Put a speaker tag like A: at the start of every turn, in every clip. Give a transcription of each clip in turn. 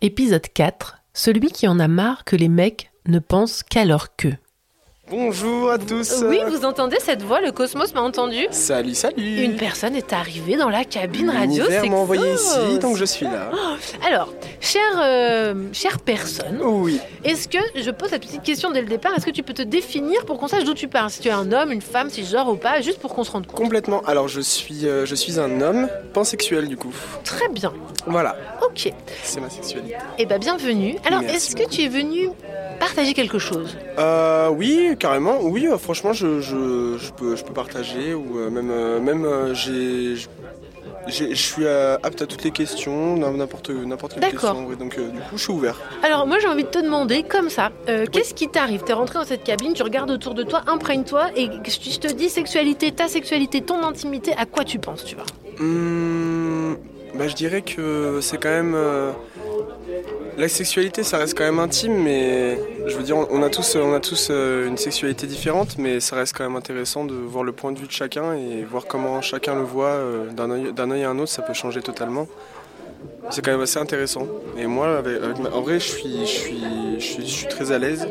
A: Épisode 4. Celui qui en a marre que les mecs ne pensent qu'à leur queue.
B: Bonjour à tous.
C: Oui, vous entendez cette voix, le cosmos m'a entendu.
B: Salut, salut.
C: Une personne est arrivée dans la cabine radio. Ah.
B: L'univers m'a envoyé
C: Sexos.
B: ici, donc je suis là.
C: Alors, chère, euh, chère personne,
B: Oh Oui.
C: est-ce que, je pose cette petite question dès le départ, est-ce que tu peux te définir pour qu'on sache d'où tu parles Si tu es un homme, une femme, si genre ou pas, juste pour qu'on se rende compte.
B: Complètement. Alors je suis, euh, je suis un homme pansexuel du coup.
C: Très bien,
B: Voilà,
C: ok.
B: c'est ma sexualité.
C: Eh bien, bienvenue. Alors,
B: Merci
C: est-ce que tu es venu partager quelque chose
B: Euh, oui, carrément. Oui, euh, franchement, je, je, je peux, je peux partager ou euh, même, euh, même euh, j'ai, je- j'ai- je suis euh, apte à toutes les questions, n'importe, n'importe quelle
C: D'accord.
B: question. en vrai. Donc euh, du coup, je suis ouvert.
C: Alors, moi, j'ai envie de te demander, comme ça, euh, qu'est-ce qui t'arrive T'es rentré dans cette cabine, tu regardes autour de toi, imprègne-toi, et je je te dis sexualité, ta sexualité, ton intimité, à quoi tu penses, tu vois
B: Hmm, bah, je dirais que c'est quand même. euh, la sexualité, ça reste quand même intime, mais je veux dire, on on a tous, euh, on a tous euh, une sexualité différente, mais ça reste quand même intéressant de voir le point de vue de chacun et voir comment chacun le voit euh, d'un œil d'un œil à un autre, ça peut changer totalement. C'est quand même assez intéressant. Et moi, avec- avec ma- en vrai, je suis, je suis, je suis, je suis très à l'aise,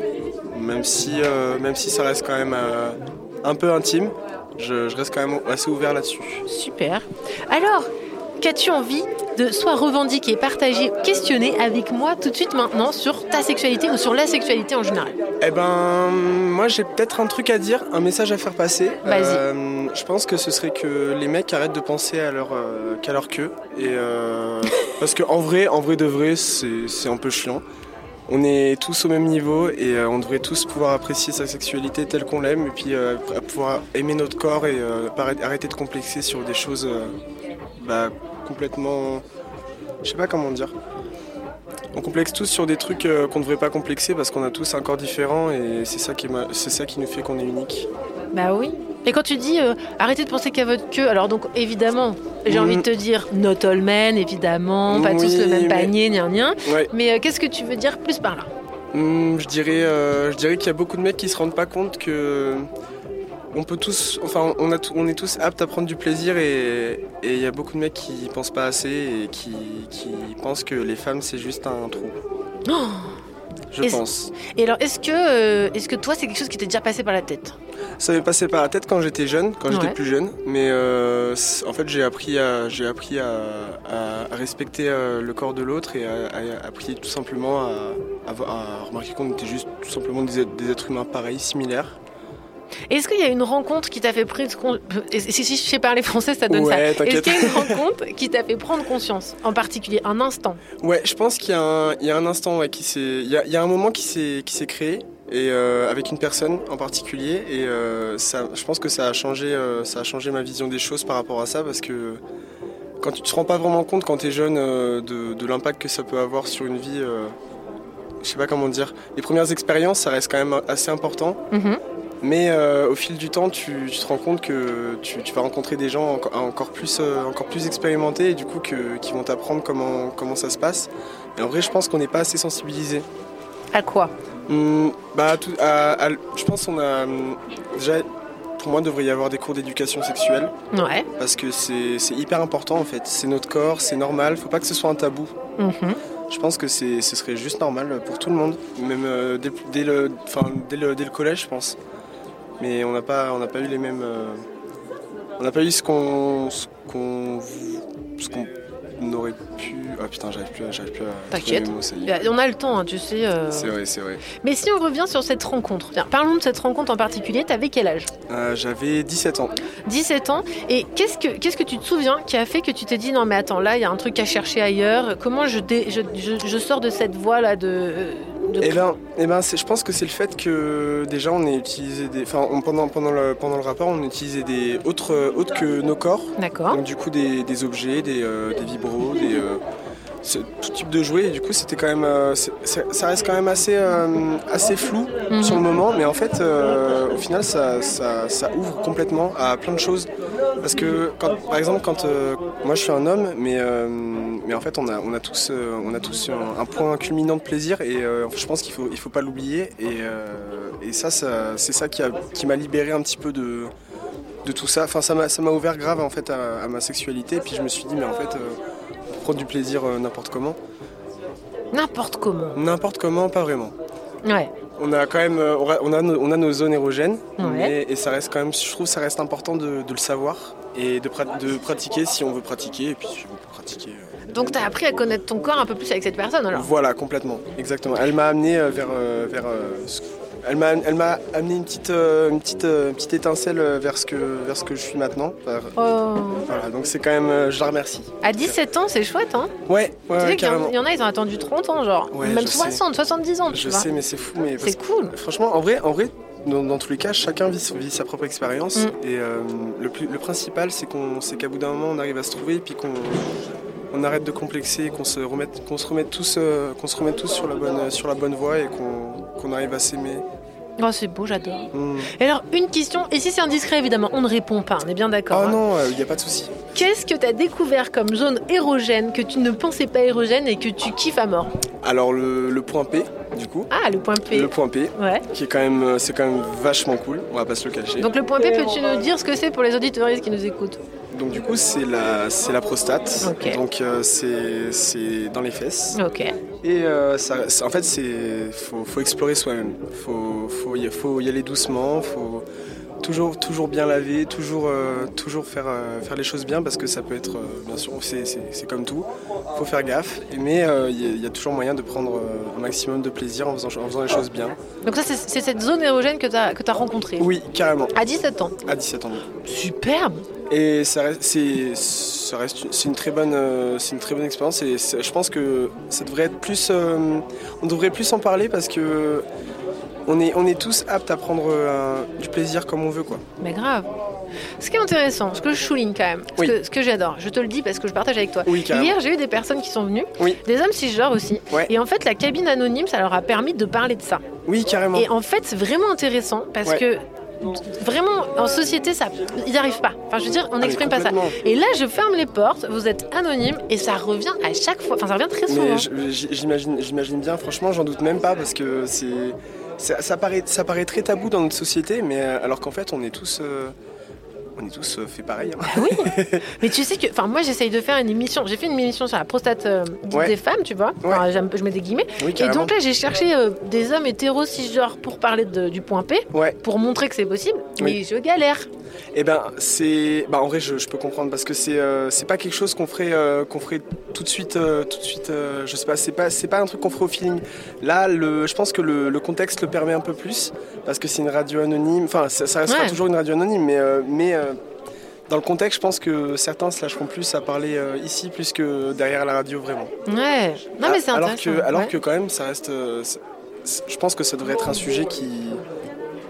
B: même si, euh, même si ça reste quand même euh, un peu intime. Je- je reste quand même assez ouvert là-dessus.
C: Super. Alors, qu'as-tu envie de soit revendiquer, partager, questionner avec moi tout de suite maintenant sur ta sexualité ou sur la sexualité en général
B: Eh ben, moi j'ai peut-être un truc à dire, un message à faire passer.
C: Vas-y.
B: Euh, je pense que ce serait que les mecs arrêtent de penser à leur, euh, qu'à leur queue. Et euh, parce que en vrai, en vrai de vrai, c'est c'est un peu chiant. On est tous au même niveau et euh, on devrait tous pouvoir apprécier sa sexualité telle qu'on l'aime et puis euh, pr- pouvoir aimer notre corps et euh, pas arrêter- arrêter de complexer sur des choses euh, bah, complètement. Je sais pas comment dire. On complexe tous sur des trucs euh, qu'on ne devrait pas complexer parce qu'on a tous un corps différent et c'est ça qui, est ma- c'est ça qui nous fait qu'on est unique.
C: Bah oui. Et quand tu dis euh, arrêtez de penser qu'à votre queue, alors donc évidemment, j'ai
B: Mm.
C: envie de te dire not all men, évidemment, pas tous
B: Oui,
C: le même
B: mais-
C: panier, rien rien.
B: Ouais,
C: Mais euh, qu'est-ce que tu veux dire plus par là
B: Hmm, je dirais, euh, je dirais qu'il y a beaucoup de mecs qui se rendent pas compte que on peut tous, enfin, on, a, tout- on est tous aptes à prendre du plaisir et et il y a beaucoup de mecs qui pensent pas assez et qui, qui pensent que les femmes c'est juste un trou.
C: Oh
B: Je
C: Et-
B: pense.
C: Et alors, est-ce que, euh, est-ce que toi, c'est quelque chose qui t'est déjà passé par la tête
B: Ça m'est passé par la tête quand j'étais jeune, quand j'étais
C: Ouais.
B: plus jeune, mais euh, c- en fait j'ai appris à j'ai appris à, à- à respecter euh, le corps de l'autre et à, à- à appris tout simplement à, à vo- à remarquer qu'on était juste tout simplement des, êtres- des êtres humains pareils, similaires.
C: Est-ce qu'il y a une rencontre qui t'a fait prendre si, si, si je sais parler français, ça donne
B: Ouais,
C: ça. Est-ce
B: t'inquiète.
C: qu'il y a une rencontre qui t'a fait prendre conscience, en particulier un instant
B: Ouais, je pense qu'il y, a un- il y a un instant ouais, qui s'est il y a, il y a un moment qui s'est qui s'est créé et euh, avec une personne en particulier et euh, ça je pense que ça a changé euh, ça a changé ma vision des choses par rapport à ça parce que quand tu te rends pas vraiment compte quand t'es jeune euh, de, de l'impact que ça peut avoir sur une vie euh, je sais pas comment dire les premières expériences ça reste quand même assez important
C: Mm-hmm.
B: mais euh, au fil du temps, tu, tu te rends compte que tu, tu vas rencontrer des gens enco- encore plus, euh, encore plus expérimentés et du coup que- qui vont t'apprendre comment, comment ça se passe. Et en vrai, je pense qu'on n'est pas assez sensibilisé.
C: À quoi
B: bah, tout- à- à- je pense qu'on a hum, déjà, pour moi, il devrait y avoir des cours d'éducation sexuelle
C: Ouais.
B: parce que c'est c'est hyper important en fait. C'est notre corps, c'est normal. Faut pas que ce soit un tabou.
C: Mhm.
B: Je pense que c'est- ce serait juste normal pour tout le monde, même euh, dès, dès le, enfin, dès, le, dès le collège, je pense. Mais on n'a pas, on n'a pas eu les mêmes. euh, on n'a pas eu ce qu'on, ce qu'on, ce qu'on aurait pu. Ah putain, j'arrive plus, à- j'arrive plus à. trouver
C: T'inquiète.
B: mes mots, ça y est.
C: Bah, On a le temps, hein, tu sais. euh.
B: C'est vrai, c'est vrai.
C: Mais si on revient sur cette rencontre, Tiens, parlons de cette rencontre en particulier. T'avais quel âge
B: Euh, j'avais 17 ans.
C: 17 ans. Et qu'est-ce que qu'est-ce que tu te souviens qui a fait que tu t'es dit non mais attends là il y a un truc à chercher ailleurs. Comment je dé- je, je- je sors de cette voie là de, euh, de-
B: Eh ben, eh ben c'est- je pense que c'est le fait que déjà on ait utilisé des. Enfin, on- pendant, pendant, le, pendant le rapport, on utilisait des autres, euh, autres que nos corps.
C: D'accord.
B: Donc du coup des, des objets, des, euh, des vibros, des, euh, ce- tout type de jouets. Et du coup c'était quand même, euh, c'est- c'est- ça reste quand même assez, euh, assez flou
C: Mhm.
B: sur le moment, mais en fait euh, au final ça, ça- ça ouvre complètement à plein de choses. Parce que quand, par exemple quand euh, moi je suis un homme, mais, euh, mais en fait on a, on a tous, euh, on a tous un, un point culminant de plaisir et euh, je pense qu'il faut, il faut pas l'oublier. Et, euh, et ça, ça c'est ça qui a- qui m'a libéré un petit peu de de tout ça. Enfin, ça m'a ça m'a ouvert grave en fait à, à ma sexualité. Puis je me suis dit, mais en fait, euh, on peut prendre du plaisir euh, n'importe comment.
C: N'importe comment.
B: N'importe comment, pas vraiment.
C: Ouais.
B: On a quand même, euh, on a- on a nos, on a nos zones érogènes,
C: Ouais.
B: mais- et ça reste quand même, je trouve, ça reste important de, de le savoir et de, pra- de pratiquer si on veut pratiquer, et puis si on veut pratiquer. euh,
C: Donc t'as appris à connaître ton corps un peu plus avec cette personne alors.
B: Voilà, complètement, exactement. Elle m'a amené euh, vers, euh, vers, euh, ce- elle m'a, elle m'a amené une petite, euh, une petite, euh, une petite étincelle euh, vers ce que, vers ce que je suis maintenant. vers-
C: Oh.
B: voilà, donc c'est quand même, euh, je la remercie.
C: À 17 ans, c'est chouette, hein
B: Ouais, ouais,
C: Tu
B: ouais,
C: sais qu'il y en-
B: carrément.
C: il y en a, ils ont attendu 30 ans, genre.
B: Ouais,
C: Même
B: je
C: 60, 70 ans, tu
B: Je
C: vois.
B: sais, mais c'est fou, mais parce
C: C'est cool.
B: Franchement, en vrai, en vrai dans, dans tous les cas, chacun vit, son- vit sa propre expérience.
C: Mm.
B: Et euh, le, plus- le principal, c'est qu'on, c'est qu'à bout d'un moment, on arrive à se trouver et puis qu'on on arrête de complexer, qu'on se remette, qu'on se remette tous, euh, qu'on se remette tous sur la bonne, sur la bonne voie et qu'on, qu'on arrive à s'aimer.
C: Oh, c'est beau, j'adore.
B: Mm.
C: Et alors, une question, et si c'est indiscret, évidemment, on ne répond pas, on est bien d'accord.
B: Oh
C: hein.
B: non, il n'y a pas de souci.
C: Qu'est-ce que t'as découvert comme zone érogène que tu ne pensais pas érogène et que tu kiffes à mort
B: Alors le, le point P, du coup,
C: Ah, le point P.
B: le point P,
C: Ouais.
B: qui est quand même, euh, c'est quand même vachement cool. On va pas se le cacher.
C: Donc le point P, peux-tu nous dire ce que c'est pour les auditeurs qui nous écoutent
B: Donc du coup, c'est la, c'est la prostate.
C: Ok.
B: Donc euh, c'est, c'est dans les fesses.
C: Ok.
B: Et euh, ça, ça- en fait, c'est faut, faut explorer soi-même. Faut, faut, y, faut y aller doucement. Faut toujours, toujours bien laver. Toujours, euh, toujours faire, euh, faire les choses bien parce que ça peut être, euh, bien sûr, c'est- c'est c'est comme tout. Faut faire gaffe. Mais euh, il y, a- il y a toujours moyen de prendre euh, un maximum de plaisir en faisant, en faisant les choses bien.
C: Donc ça, c'est c'est cette zone érogène que t'as que t'as rencontrée.
B: Oui, carrément.
C: À 17 ans.
B: À 17 ans.
C: Superbe.
B: Et ça reste, c'est, ça reste, c'est une très bonne, euh, c'est une très bonne expérience. Et c'est- je pense que ça devrait être plus, euh, on devrait plus en parler parce que on est, on est tous aptes à prendre euh, du plaisir comme on veut, quoi.
C: Mais grave. Ce qui est intéressant, ce que je souligne quand même, ce
B: Oui.
C: que, ce que j'adore, je te le dis parce que je partage avec toi.
B: Oui, carrément.
C: Hier, j'ai eu des personnes qui sont venues,
B: Oui.
C: des hommes cisgenres aussi.
B: Ouais.
C: Et en fait, la cabine anonyme, ça leur a permis de parler de ça.
B: Oui, carrément.
C: Et en fait, c'est vraiment intéressant parce
B: Ouais.
C: que vraiment, en société, ça, ils n'y arrivent pas. Enfin, je veux dire, on
B: Ah, mais
C: n'exprime pas ça.
B: complètement.
C: Et là, je ferme les portes, vous êtes anonyme et ça revient à chaque fois. Enfin, ça revient très souvent. hein.
B: Mais je- j- j'imagine, j'imagine bien. Franchement, j'en doute même pas parce que c'est, ça, ça paraît, ça paraît très tabou dans notre société, mais euh, alors qu'en fait, on est tous, euh, on est tous euh, fait pareil. hein.
C: Ah oui Mais tu sais que. Enfin, moi, j'essaye de faire une émission. J'ai fait une émission sur la prostate euh, dite
B: Ouais.
C: des femmes, tu vois. Enfin, j'aime- je mets des guillemets.
B: Oui,
C: Et
B: carrément.
C: donc là, j'ai cherché euh, des hommes hétéros cisgenres pour parler de- du point P,
B: ouais.
C: pour montrer que c'est possible, mais
B: Oui.
C: je galère.
B: Eh ben, c'est. Bah, en vrai, je, je peux comprendre parce que c'est euh, c'est pas quelque chose qu'on ferait, euh, qu'on ferait tout de suite. euh, tout de suite euh, je sais pas, c'est pas, c'est pas un truc qu'on ferait au feeling. Là, le, je pense que le, le contexte le permet un peu plus parce que c'est une radio anonyme. Enfin, ça, ça restera
C: Ouais.
B: toujours une radio anonyme, mais. euh, mais euh, dans le contexte, je pense que certains se lâcheront plus à parler euh, ici plus que derrière la radio vraiment.
C: Ouais. Non, mais c'est
B: Ah, alors
C: intéressant.
B: que, alors
C: ouais.
B: que quand même, ça reste. euh, c'est- c'est- je pense que ça devrait être un sujet qui,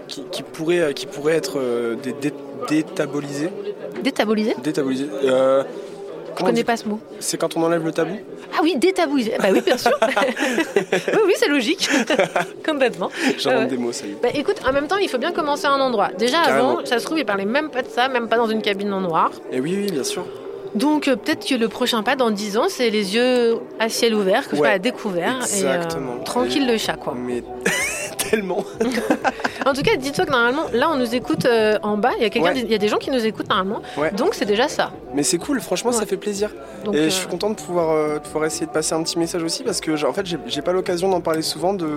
B: qui, qui pourrait, euh, qui pourrait être euh, dé- dé- détabolisé.
C: Détaboulisé
B: Détabolisé. Euh,
C: Je
B: comment on
C: connais
B: dit
C: pas ce mot.
B: C'est quand on enlève le tabou
C: Ah oui, détabouisé. Bah oui, bien sûr. oui, oui, c'est logique. Complètement.
B: J'invente
C: Ah ouais.
B: des mots, ça y est.
C: Bah écoute, en même temps, il faut bien commencer à un endroit. Déjà avant,
B: Carrément.
C: ça se trouve, ils parlaient même pas de ça, même pas dans une cabine en noir.
B: Et Eh oui, oui, bien sûr.
C: Donc euh, peut-être que le prochain pas dans 10 ans, c'est les yeux à ciel ouvert, que je
B: Ouais,
C: fais à découvert. Et,
B: exactement.
C: euh, tranquille le chat, quoi.
B: Mais tellement.
C: En tout cas, dis-toi que normalement, là, on nous écoute euh, en bas. Il y a quelqu'un,
B: Ouais.
C: il y a des gens qui nous écoutent normalement.
B: Ouais.
C: Donc c'est déjà ça.
B: Mais c'est cool, franchement,
C: Ouais.
B: ça fait plaisir.
C: Donc,
B: Et
C: euh,
B: je suis content de pouvoir, euh, de pouvoir essayer de passer un petit message aussi parce que, genre, en fait, j'ai- j'ai pas l'occasion d'en parler souvent. De...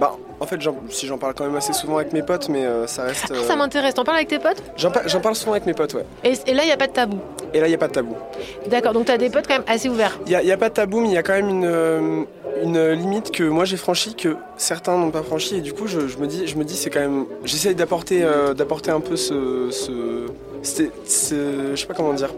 B: Bah, en fait, j'en- si j'en parle quand même assez souvent avec mes potes, mais euh, ça reste.
C: ah,
B: euh,
C: ça m'intéresse. T'en parles avec tes potes
B: J'en par- j'en parle souvent avec mes potes, ouais.
C: et, et là, il n'y a pas de tabou.
B: Et là, il n'y a pas de tabou.
C: D'accord. Donc t'as des potes quand même assez ouverts.
B: Il n'y a, pas de tabou, mais il y a quand même une, euh, une limite que moi j'ai franchie, que certains n'ont pas franchie. Et du coup, je, je me dis, je me dis c'est quand même. J'essaye d'apporter euh, d'apporter un peu ce. ce, c'était- ce- je sais pas comment dire.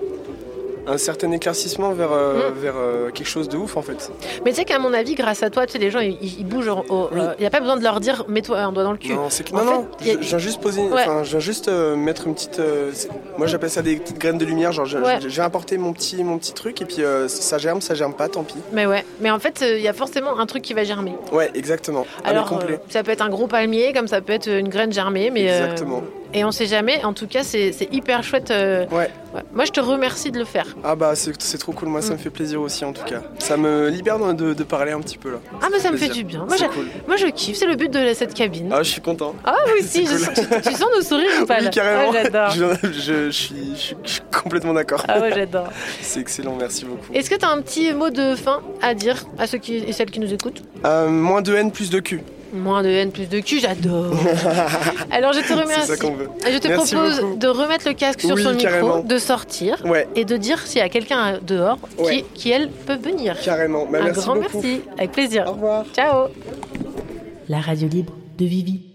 B: Un certain éclaircissement vers, euh,
C: Mm.
B: vers euh, quelque chose de ouf en fait.
C: Mais tu sais qu'à mon avis, grâce à toi, tu sais, les gens, ils, ils bougent. au- au- euh, Il
B: Oui.
C: n'y a pas besoin de leur dire, mets-toi un doigt dans le cul.
B: Non, c'est que.
C: En
B: Non, non,
C: fait, y a-
B: je, je viens juste poser.
C: Ouais.
B: Enfin, je viens juste euh, mettre une petite. euh, c'est- moi j'appelle ça des petites graines de lumière. Genre, je-
C: Ouais.
B: je- j'ai apporté mon petit, mon petit truc et puis euh, ça germe, ça germe pas, tant pis.
C: Mais ouais. Mais en fait, euh, il y a forcément un truc qui va germer.
B: Ouais, exactement. Alors,
C: Alors,
B: Ah, complet.
C: euh, ça peut être un gros palmier, comme ça peut être une graine germée, mais euh,
B: Exactement.
C: Et on sait jamais, en tout cas, c'est c'est hyper chouette. euh,
B: Ouais.
C: Moi, je te remercie de le faire.
B: Ah bah c'est c'est trop cool, moi ça
C: Mm.
B: me fait plaisir aussi en tout cas. Ça me libère de, de- de parler un petit peu là.
C: Ah, mais ça me fait du
B: plaisir.
C: bien. Moi,
B: C'est
C: je,
B: cool.
C: moi, je kiffe, c'est le but de la- cette cabine.
B: Ah je suis content.
C: Ah, moi aussi,
B: C'est
C: je-
B: cool.
C: tu, tu sens nos sourires ou pas
B: oui
C: là
B: carrément.
C: Ah, j'adore.
B: je, je- je suis, je suis- je suis complètement d'accord.
C: Ah, ouais, j'adore.
B: C'est excellent, merci beaucoup.
C: Est-ce que tu as un petit mot de fin à dire à ceux qui, et celles qui nous écoutent
B: Euh, moins de haine, plus de cul.
C: Moins de haine, plus de cul, j'adore. Alors, je te
B: C'est
C: remercie.
B: ça qu'on veut.
C: Je te
B: Merci
C: propose
B: beaucoup.
C: de remettre le casque sur
B: Oui,
C: son
B: carrément.
C: micro, de sortir
B: Ouais,
C: et de dire s'il y a quelqu'un dehors
B: Ouais.
C: qui, qui, elle, peut venir.
B: carrément. Bah,
C: un
B: merci
C: grand
B: beaucoup.
C: merci, avec plaisir.
B: Au revoir.
C: Ciao
A: La radio libre de Vivi.